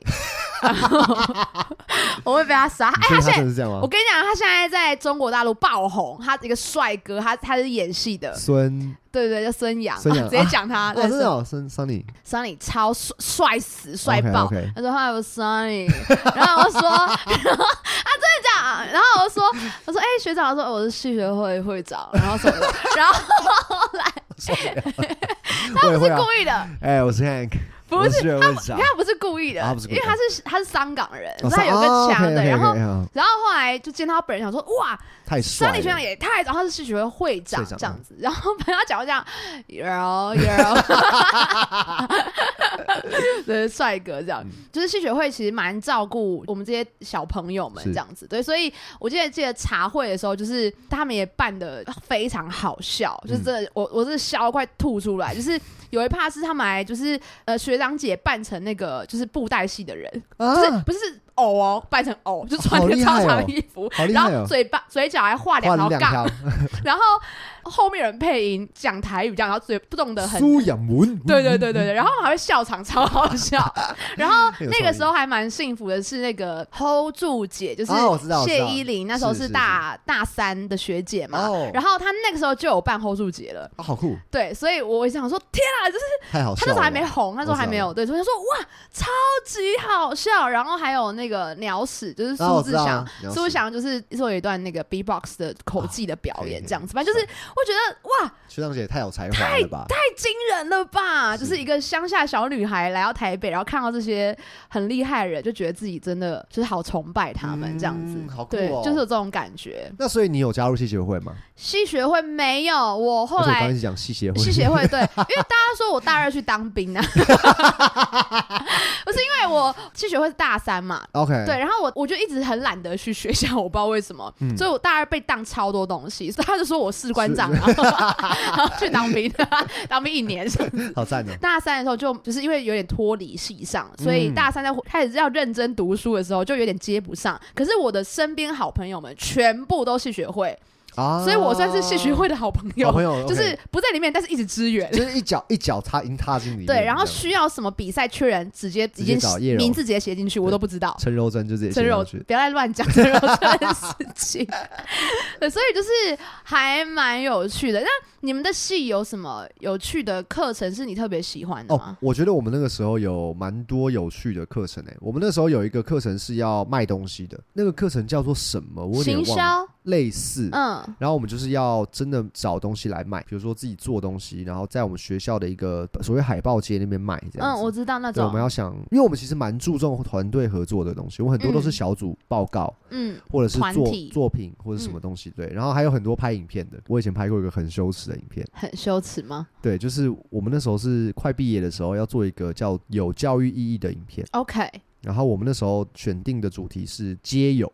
S1: 我会被他杀。
S2: 你
S1: 哎，
S2: 确定他
S1: 他现在
S2: 真的是这样吗
S1: 我？跟你讲，他现在在中国大陆爆红，他一个帅哥，他他是演戏的，
S2: 孙，
S1: 对对，叫孙杨，啊
S2: 孙杨
S1: 直接讲他，
S2: 哇，
S1: 对
S2: 真的哦，孙 Sunny，
S1: Sunny 超帅，帅死，帅
S2: OK，
S1: 爆。
S2: OK
S1: 他说 h e Sunny，然 后我说，然后他啊真的这样，然后我说，我说，哎、学长，他说我是戏学会会长，然后什 么的，然后
S2: 我也
S1: 不
S2: 会
S1: 是
S2: 啊。
S1: 故意的，
S2: 哎，我是 Hank，
S1: 不是
S2: 我会长。
S1: 他不是故意的，
S2: 啊不是故
S1: 因
S2: 意
S1: 为
S2: 的
S1: 他是他是香港人，
S2: 哦
S1: 所以他有个腔的，
S2: 哦，OK，OK，OK，
S1: 然后。
S2: 哦
S1: 然后后来就见到他本人，想说哇，
S2: 太帅
S1: 山
S2: 了，
S1: 里学长也太，然后他是戏学会会长
S2: 会长嗯
S1: 这样子，然后本来他讲到这样，有有， 对，帅哥这样，
S2: 嗯
S1: 就是戏学会其实蛮照顾我们这些小朋友们
S2: 是
S1: 这样子，对，所以我记得记得茶会的时候，就是他们也办的非常好笑，
S2: 嗯
S1: 就是真的，我我是笑得快吐出来，就是有一趴是他们还就是呃学长姐扮成那个就是布袋戏的人，就是
S2: 啊，
S1: 不是偶哦，扮成偶，就穿
S2: 好
S1: 那个
S2: 厉
S1: 超
S2: 害
S1: 长的
S2: 哦
S1: 衣服，
S2: 好厉
S1: 然
S2: 害
S1: 后
S2: 哦！
S1: 嘴巴嘴角还画两
S2: 画
S1: 条
S2: 了两
S1: 杠，
S2: 条，
S1: 然后后面有人配音讲台语这样，然后嘴动得很。
S2: 苏哎养文，嗯
S1: 对对对对对，然后还会笑场，超好笑。然后
S2: 很有
S1: 那
S2: 创
S1: 个
S2: 意
S1: 时候还蛮幸福的是，那个 hold 住姐就是
S2: 哦我知道我知
S1: 谢
S2: 道
S1: 依霖，那时候
S2: 是
S1: 是
S2: 是
S1: 大大三的学姐嘛
S2: 哦。
S1: 然后她那个时候就有办 hold 住姐了，
S2: 啊，好酷，
S1: 对，所以我想说，天啊，就是
S2: 太好
S1: 他
S2: 哦笑
S1: 那
S2: 了。哦
S1: 时候还没红，那时候还没有
S2: 我
S1: 对，所以他说哇，超级好笑。然后还有那个鸟屎，就是
S2: 啊
S1: 苏
S2: 我知
S1: 志
S2: 道
S1: 祥
S2: 啊，鸟
S1: 苏志
S2: 屎哦
S1: 祥就是做一段那个 B-box 的口技的表
S2: 可以
S1: 演，
S2: 可以
S1: 这样子，反正就是我觉得哇，
S2: 学长姐也太有才华了吧？
S1: 太惊人了吧！就是一个乡下小女孩来到台北，然后看到这些很厉害的人，就觉得自己真的就是好崇拜他们这样子
S2: 嗯，好酷
S1: 对，
S2: 哦
S1: 就是有这种感觉。
S2: 那所以你有加入戏学会吗？
S1: 戏学会没有，我后
S2: 而且我
S1: 来
S2: 刚刚一直讲戏协会，
S1: 系协会对，因为大家说我大二去当兵啊，不是因为我系学会是大三嘛，
S2: OK，
S1: 对，，然后我我就一直很懒得去学校，我不知道为什么，
S2: 嗯
S1: 所以我大二被当超多东西，所以他就说我士官长，啊然后然后去当兵， 当兵一年。
S2: 好赞哦。
S1: 大三的时候就就是因为有点脱离系上，所以
S2: 嗯
S1: 大三在开始要认真读书的时候就有点接不上。可是我的身边好朋友们全部都系学会，
S2: 啊，
S1: 所以我算是系学会的好朋友，
S2: 好朋友，OK
S1: 就是不在里面，但是一直支援。
S2: 就是一脚一脚踏已经踏进里面。
S1: 对，然后
S2: 这样
S1: 需要什么比赛缺人，直接直
S2: 直接找叶柔
S1: 名字直接写进去，我
S2: 对
S1: 都不知道。
S2: 陈柔珍就直接
S1: 陈
S2: 接
S1: 柔，
S2: 上去
S1: 不要再乱讲陈柔这件事情。 对，所以就是还蛮有趣的。那你们的戏有什么有趣的课程是你特别喜欢的
S2: 哦
S1: 吗？，
S2: 我觉得我们那个时候有蛮多有趣的课程诶、欸我们那时候有一个课程是要卖东西的，那个课程叫做什么？我有点
S1: 行
S2: 忘了，
S1: 销，
S2: 类似。
S1: 嗯，
S2: 然后我们就是要真的找东西来卖，比如说自己做东西，然后在我们学校的一个所谓海报街那边卖这样
S1: 嗯，
S2: 子。
S1: 我知道那
S2: 对，我们
S1: 种，
S2: 要想，因为我们其实蛮注重团队合作的东西，我很多都是
S1: 嗯
S2: 小组报告，
S1: 嗯，
S2: 或者是
S1: 团
S2: 作
S1: 体嗯
S2: 作品或者什么东西，对。然后还有很多拍影片的，我以前拍过一个很羞耻的影片，
S1: 很羞耻吗
S2: 对，就是我们那时候是快毕业的时候要做一个叫有教育意义的影片，
S1: ？OK，
S2: 然后我们那时候选定的主题是街友。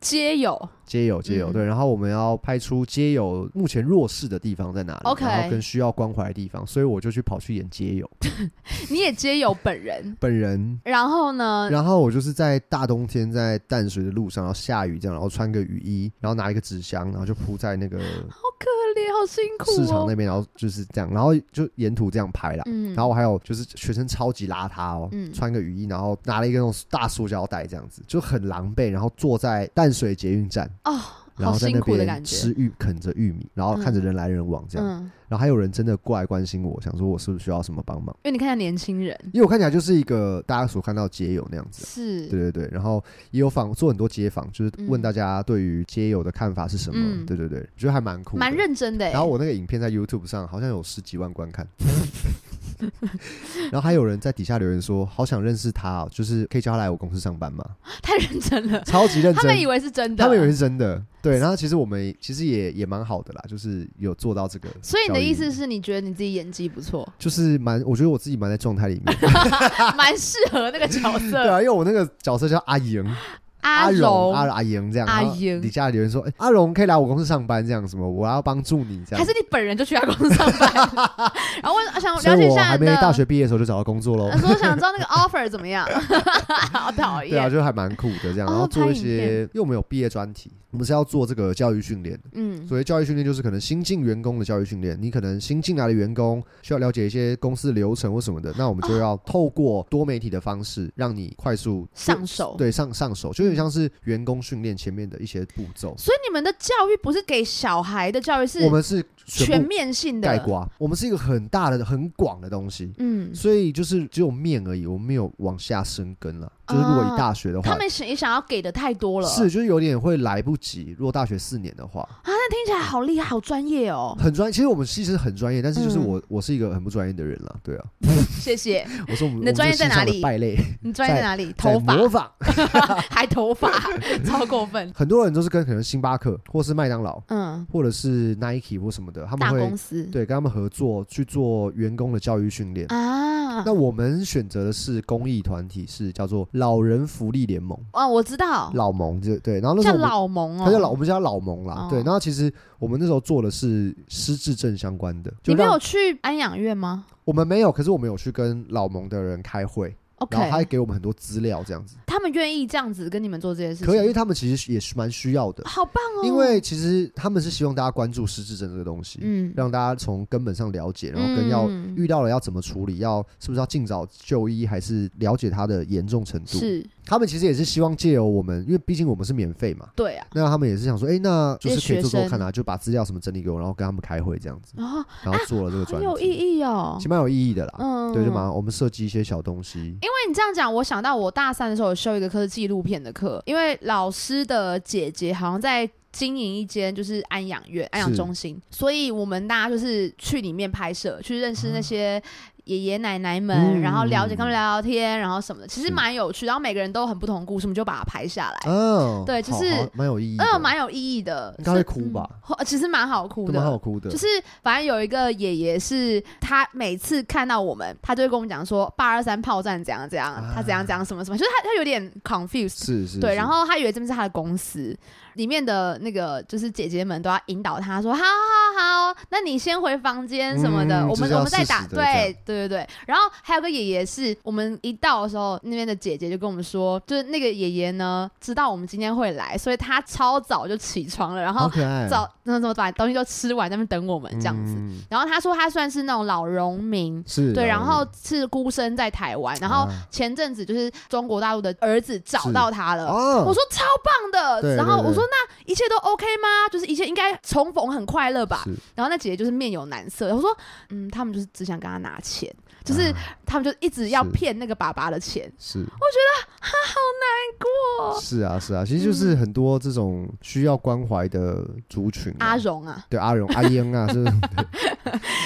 S1: 皆 有，
S2: 街友，街友、
S1: 嗯
S2: 对，然后我们要拍出街友目前弱势的地方在哪里
S1: OK
S2: 然后跟需要关怀的地方，所以我就去跑去演街友
S1: 你也皆有本人。
S2: 本人，
S1: 然后呢？
S2: 然后我就是在大冬天在淡水的路上，然后下雨这样，然后穿个雨衣，然后拿一个纸箱，然后就铺在那个
S1: 好可怜，好辛苦
S2: 市场
S1: 哦
S2: 那。边，然后就是这样，然后就沿途这样拍啦。
S1: 嗯
S2: 然后我还有就是学生超级邋遢哦，
S1: 嗯
S2: 穿个雨衣，然后拿了一个那种大塑胶袋这样子，就很狼狈，然后坐在淡水捷运站，
S1: 哦，
S2: 然
S1: 好
S2: 后在
S1: 辛
S2: 那
S1: 苦的感
S2: 边
S1: 觉。
S2: 吃玉啃着玉米，然后看着人来人往这样，
S1: 嗯，
S2: 然后还有人真的过来关心我，想说我是不是需要什么帮忙，
S1: 因为你看一下年轻人
S2: 因为我看起来就是一个大家所看到的街友那样子啊。
S1: 嗯是，
S2: 对对对，然后也有访做很多街访，就是问大家对于街友的看法是什么。
S1: 嗯
S2: 对对对，我觉得还蛮酷的，
S1: 蛮认真的欸。
S2: 然后我那个影片在 YouTube 上好像有十几万观看， 然后还有人在底下留言说，好想认识他、哦，就是可以叫他来我公司上班吗？
S1: 太认真了，
S2: 超级 认真，
S1: 他们以为是真的。
S2: 他们以为是真的， 对。然后其实我们其实也也蛮好的啦，就是有做到这个。
S1: 所以你的意思？是你觉得你自己演技不错，
S2: 就是蛮，我觉得我自己蛮 在状态里面，
S1: 蛮适合那个角
S2: 对啊
S1: 色。
S2: 啊，因为我那个角色叫阿莹，
S1: 阿
S2: 荣、
S1: 荣，
S2: 阿阿莹这样，
S1: 阿
S2: 然后
S1: 莹
S2: 底下留言说，哎，阿荣可以来我公司上班，这样什么，我要帮助你这
S1: 还
S2: 样
S1: 是。你本人就去他公司上 班？然后我想
S2: 所
S1: 了解
S2: 以
S1: 一
S2: 我
S1: 下
S2: 还
S1: 你
S2: 没
S1: 的，呃
S2: 大学毕业的时候就找到工作喽
S1: 他。说想 知道那个 offer 怎么样， 好讨
S2: 对啊，
S1: 厌。
S2: 就还蛮酷的这样，
S1: 哦
S2: 然后做一
S1: 拍影
S2: 些，因为我们有毕业专题，我们是要做这个教育训练的。
S1: 嗯，
S2: 所谓教育训练就是可能新进员工的教育训练，你可能新进来的员工需要了解一些公司流程或什么的，那我
S1: 哦
S2: 们就要透过多媒体的方式，让你快速
S1: 上手。嗯
S2: 对上上手，就有点像是员工训练前面的一些步骤。
S1: 所以你们的教育不是给小孩的教育，是
S2: 我们是全
S1: 全
S2: 部
S1: 面性
S2: 盖
S1: 的。
S2: 瓜，我们是一个很大的、很广的东西，
S1: 嗯，
S2: 所以就是只有面而已，我们没有往下生根了。就是如果以大学的话
S1: 哦他，们想也想要给的太多了。
S2: 是就是有点会来不及。如果大学四年的话，。
S1: 啊，那听起来好厉害，好专业哦
S2: 很专，其实我们系是很专业，但是就是
S1: 嗯
S2: 我、我是一个很不专业的人了。对啊，
S1: 谢谢。
S2: 我说我们
S1: 你的
S2: 我们
S1: 专业
S2: 是
S1: 在
S2: 系上
S1: 哪
S2: 的
S1: 里
S2: 败类，
S1: 你专业在哪里？头
S2: 在
S1: 发
S2: 模仿。
S1: 还头发，超过分。
S2: 很多人都是跟可能星巴克或是麦当劳
S1: 嗯，
S2: 或者是 Nike 或什么的，他们
S1: 大
S2: 会
S1: 公司
S2: 对跟他们合作去做员工的教育训练。
S1: 啊。
S2: 那我们选择的是公益团体，是叫做老人福利联盟，
S1: 哦，我知道，
S2: 老盟就对。然后那时
S1: 叫
S2: 候我们
S1: 老蒙哦。
S2: 他叫老，我们叫老盟啦
S1: 哦，
S2: 对。然后其实我们那时候做的是失智症相关的，
S1: 你
S2: 就
S1: 没
S2: 让
S1: 有去安养院吗
S2: 我们没有，可是我们有去跟老盟的人开会，
S1: ？OK，
S2: 然后他还给我们很多资料这样子，
S1: 他们愿意这样子跟你们做这件事情，
S2: 可以啊，因为他们其实也是蛮需要的，
S1: 好棒哦。
S2: 因为其实他们是希望大家关注失智症这个东西，
S1: 嗯，
S2: 让大家从根本上了解，然后跟要
S1: 嗯
S2: 遇到了要怎么处理，要是不是要尽早就医，还是了解它的严重程度。
S1: 是
S2: 他们其实也是希望借由我们，因为毕竟我们是免费嘛，
S1: 对啊。
S2: 那他们也是想说，哎、那就是可以做
S1: 这些
S2: 做
S1: 学
S2: 看啊，就把资料什么整理给我，然后跟他们开会这样子，
S1: 哦，
S2: 然后做了这个专
S1: 很
S2: 题，
S1: 有意义哦
S2: 其。实蛮有意义的啦。
S1: 嗯，
S2: 对，就蛮好我们设计一些小东西，
S1: 因为你这样讲，我想到我大三的时候有修一个课是纪录片的课，因为老师的姐姐好像在经营一间就是安养院、安养中心，所以我们大家就是去里面拍摄，去认识那些爷爷奶奶们，
S2: 啊嗯
S1: 然后了解跟他们聊聊天，然后什么的，其实蛮有趣。然后每个人都有很不同的故事，我们就把它拍下来，
S2: 嗯，
S1: 对就是
S2: 好好蛮有意义的，
S1: 嗯，蛮有意义的。
S2: 应该会
S1: 是
S2: 哭吧？
S1: 嗯或其实蛮好哭
S2: 对
S1: 的，
S2: 蛮好哭的，
S1: 就是反正有一个爷爷是他每次看到我们，他就会跟我们讲说八二三炮战怎样怎样，
S2: 啊
S1: 他怎样怎样什么什么，就是他他有点 confused。
S2: 是是，
S1: 对，
S2: 是
S1: 然后他以为这边是他的公司，里面的那个就是姐姐们都要引导他说：“好好好，那你先回房间什么的，
S2: 嗯
S1: 我
S2: 就
S1: 们
S2: 是要
S1: 我们再
S2: 适
S1: 打。
S2: 时地这样
S1: 对”对对对然后还有个爷爷是我们一到的时候，那边的姐姐就跟我们说，就是那个爷爷呢知道我们今天会来，所以他超早就起床了，然后
S2: 好可爱，啊
S1: 早那怎么把东西都吃完，在那边等我们这样子。
S2: 嗯
S1: 然后他说他算是那种老农民，
S2: 是
S1: 对，
S2: 老
S1: 然
S2: 人
S1: 后是孤身在台湾，然后
S2: 啊
S1: 前阵子就是中国大陆的儿子找到他了。
S2: 哦，
S1: 我说超棒
S2: 对
S1: 的，
S2: 对
S1: 然后
S2: 对
S1: 我说那一切都 OK 吗？就是一切应该重逢很快乐吧。
S2: 是
S1: 然后那姐姐就是面有难色，我说嗯，他们就是只想跟他拿钱，就是
S2: 啊
S1: 他们就一直要
S2: 是
S1: 骗那个爸爸的钱，
S2: 是
S1: 难过。
S2: 是啊是啊，其实就是很多这种需要关怀的族群啊，
S1: 阿荣啊，
S2: 对阿荣阿英 啊，是， 对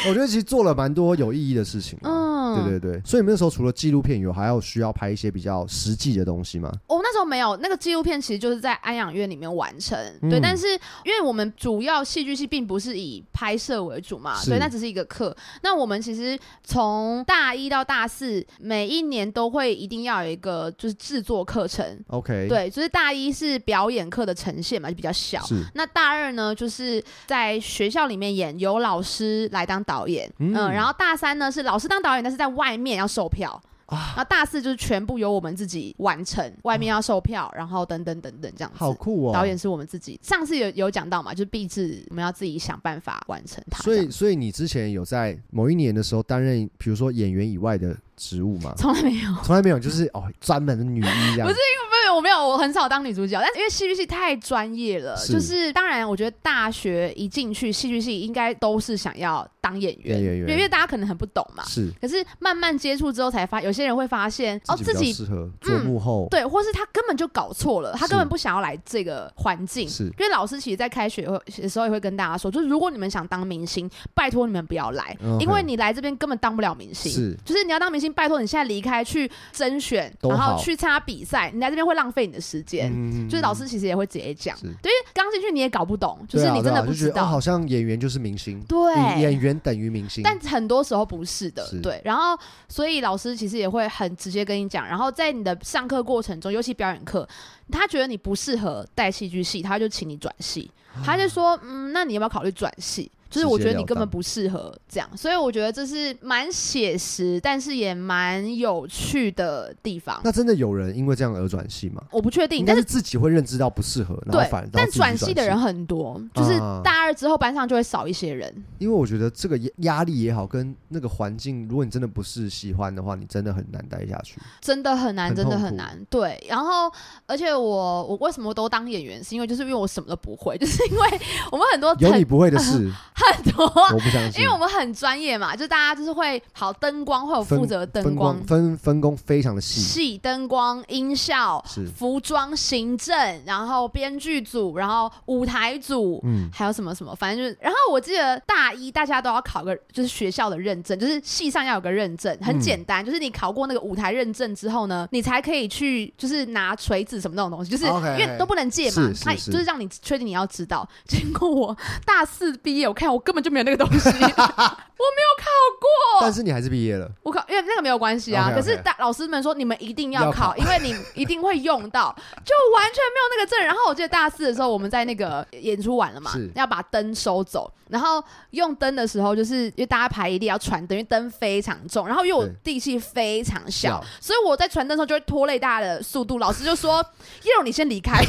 S2: 我觉得其实做了蛮多有意义的事情啊。
S1: 嗯，
S2: 对对对，所以你们那时候除了纪录片以外，有还要需要拍一些比较实际的东西吗？
S1: 我、哦那时候没有那个纪录片，其实就是在安养院里面完成。
S2: 嗯
S1: 对，但是因为我们主要戏剧系并不是以拍摄为主嘛，
S2: 是
S1: 对，那只是一个课。那我们其实从大一到大四，每一年都会一定要有一个就是制作课程。
S2: OK，，
S1: 对，就是大一是表演课的呈现嘛，就比较小。
S2: 是
S1: 那大二呢，就是在学校里面演，由老师来当导演，
S2: 嗯
S1: 嗯然后大三呢是老师当导演，但是在外面要售票。
S2: 啊
S1: 然后大四就是全部由我们自己完成，外面要售票，然后等等等等这样子。
S2: 好酷哦，
S1: 导演。是我们自己，上次有有讲到嘛，就是毕制我们要自己想办法完成它。
S2: 所
S1: 这
S2: 以，
S1: 样
S2: 所以你之前有在某一年的时候担任，比如说演员以外的职务吗？
S1: 从来没有，
S2: 从来没有， 就是哦，专门的女医这样。
S1: 不是没有，我没有，我很少当女主角，但是因为戏剧系太专业了，
S2: 是
S1: 就是当然，我觉得大学一进去，戏剧系应该都是想要当演员，
S2: 演员
S1: 因为因为大家可能很不懂嘛，
S2: 是
S1: 可是慢慢接触之后，才发有些人会发现哦，自
S2: 比较
S1: 己
S2: 适合做幕后，
S1: 对，或是他根本就搞错了，他
S2: 是
S1: 根本不想要来这个环境。
S2: 是
S1: 因为老师其实，在开学会的时候也会跟大家说，就是如果你们想当明星，拜托你们不要来，
S2: 嗯
S1: 因为你来这边根本当不了明星。
S2: 是
S1: 就是你要当明星，拜托你现在离开去甄选，
S2: 都
S1: 然
S2: 好
S1: 后去参加比赛，你来这边会浪费你的时间。
S2: 嗯
S1: 就是老师其实也会直接讲，
S2: 是
S1: 对，因为刚进去你也搞不懂，就
S2: 对
S1: 是
S2: 啊
S1: 你真
S2: 对
S1: 的
S2: 啊
S1: 不
S2: 就觉
S1: 知
S2: 得哦
S1: 道
S2: 好。像演员就是明星，
S1: 对
S2: 演员等于明星，
S1: 但很多时候不是的，
S2: 是
S1: 对。然后，所以老师其实也会很直接跟你讲。然后在你的上课过程中，尤其表演课，他觉得你不适合带戏剧系，他就请你转系，
S2: 啊
S1: 他就说，嗯，那你要不要考虑转系？就是我觉得你根本不适合这样，所以我觉得这是蛮写实，但是也蛮有趣的地方。
S2: 那真的有人因为这样而转系吗？
S1: 我不确定，
S2: 应
S1: 但
S2: 该
S1: 是
S2: 是自己会认知到不适合，然后
S1: 对
S2: 反倒，
S1: 但
S2: 自己去
S1: 转系
S2: 系
S1: 的人，很多，就是
S2: 啊
S1: 大二之后班上就会少一些人。
S2: 因为我觉得这个压压力也好，跟那个环境，如果你真的不是喜欢的话，你真的很难待下去。
S1: 真的很难，
S2: 很
S1: 真的
S2: 痛
S1: 很
S2: 苦
S1: 难。对，然后而且我我为什么都当演员，是因为就是因为我什么都不会， 就是因为我们很多
S2: 有你
S1: 很
S2: 不会的事，
S1: 很多，
S2: 我不相信。
S1: 嗯因为我们很专业嘛，就大家就是会好灯光会有负
S2: 分
S1: 责灯
S2: 分
S1: 光
S2: 工、分分工非常的细，
S1: 戏、灯光、音效、
S2: 是
S1: 服装、行政，然后编剧组，然后舞台组。
S2: 嗯，
S1: 还有什么什么，反正就是，然后我记得大一大家都要考个，就是学校的认证，就是系上要有个认证，很
S2: 嗯
S1: 简单，就是你考过那个舞台认证之后呢，你才可以去就是拿锤子什么那种东西，就是
S2: OK，
S1: 因为都不能借嘛
S2: 哦是，是
S1: 他
S2: 是
S1: 就是让你确定你要知道。结果我大四毕业，我看我根本就没有那个东西，我没有考过，
S2: 但是你还是毕业了，
S1: 我考，因为那个没有关系啊。
S2: OK，OK
S1: 可是大老师们说你们一定要
S2: 要
S1: 考，
S2: 考
S1: 因为 你一定会用到，就完全没有那个证。然后我记得大四的时候，我们在那个演出完了嘛
S2: 是，
S1: 要把灯收走。然后用灯的时候，就是因为大家排一列要传灯，因为灯非常重。然后因为我
S2: 对
S1: 力气非常小
S2: 小，
S1: 所以我在传灯的时候就会拖累大家的速度。老师 就说：“叶柔，你先离开。”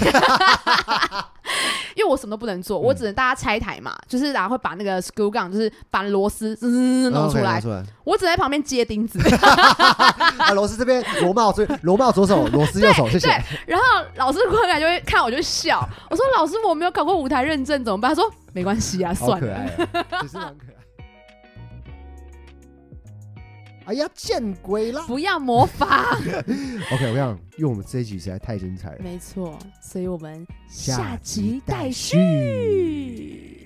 S1: 因为我什么都不能做，
S2: 嗯
S1: 我只能大家拆台嘛，就是然后会把那个 screw gun，就是把螺丝滋滋滋弄出
S2: OK，
S1: 来
S2: 拿，出来。
S1: 我只在旁边接钉子，
S2: 啊，罗斯这边罗帽这边罗帽左手，罗斯右手，谢谢。
S1: 然后老师过来就会看我就笑，我说老师我没有考过舞台认证怎么办？他说没关系啊，
S2: 好
S1: 算
S2: 可
S1: 了。
S2: 爱啊，只是蛮可爱。哎呀，见鬼啦
S1: 不要模仿，
S2: ！OK，我跟你讲，因为我们这一集实在太精彩了，
S1: 没错，所以我们
S2: 下
S1: 下集
S2: 集待
S1: 待
S2: 续。
S1: 续。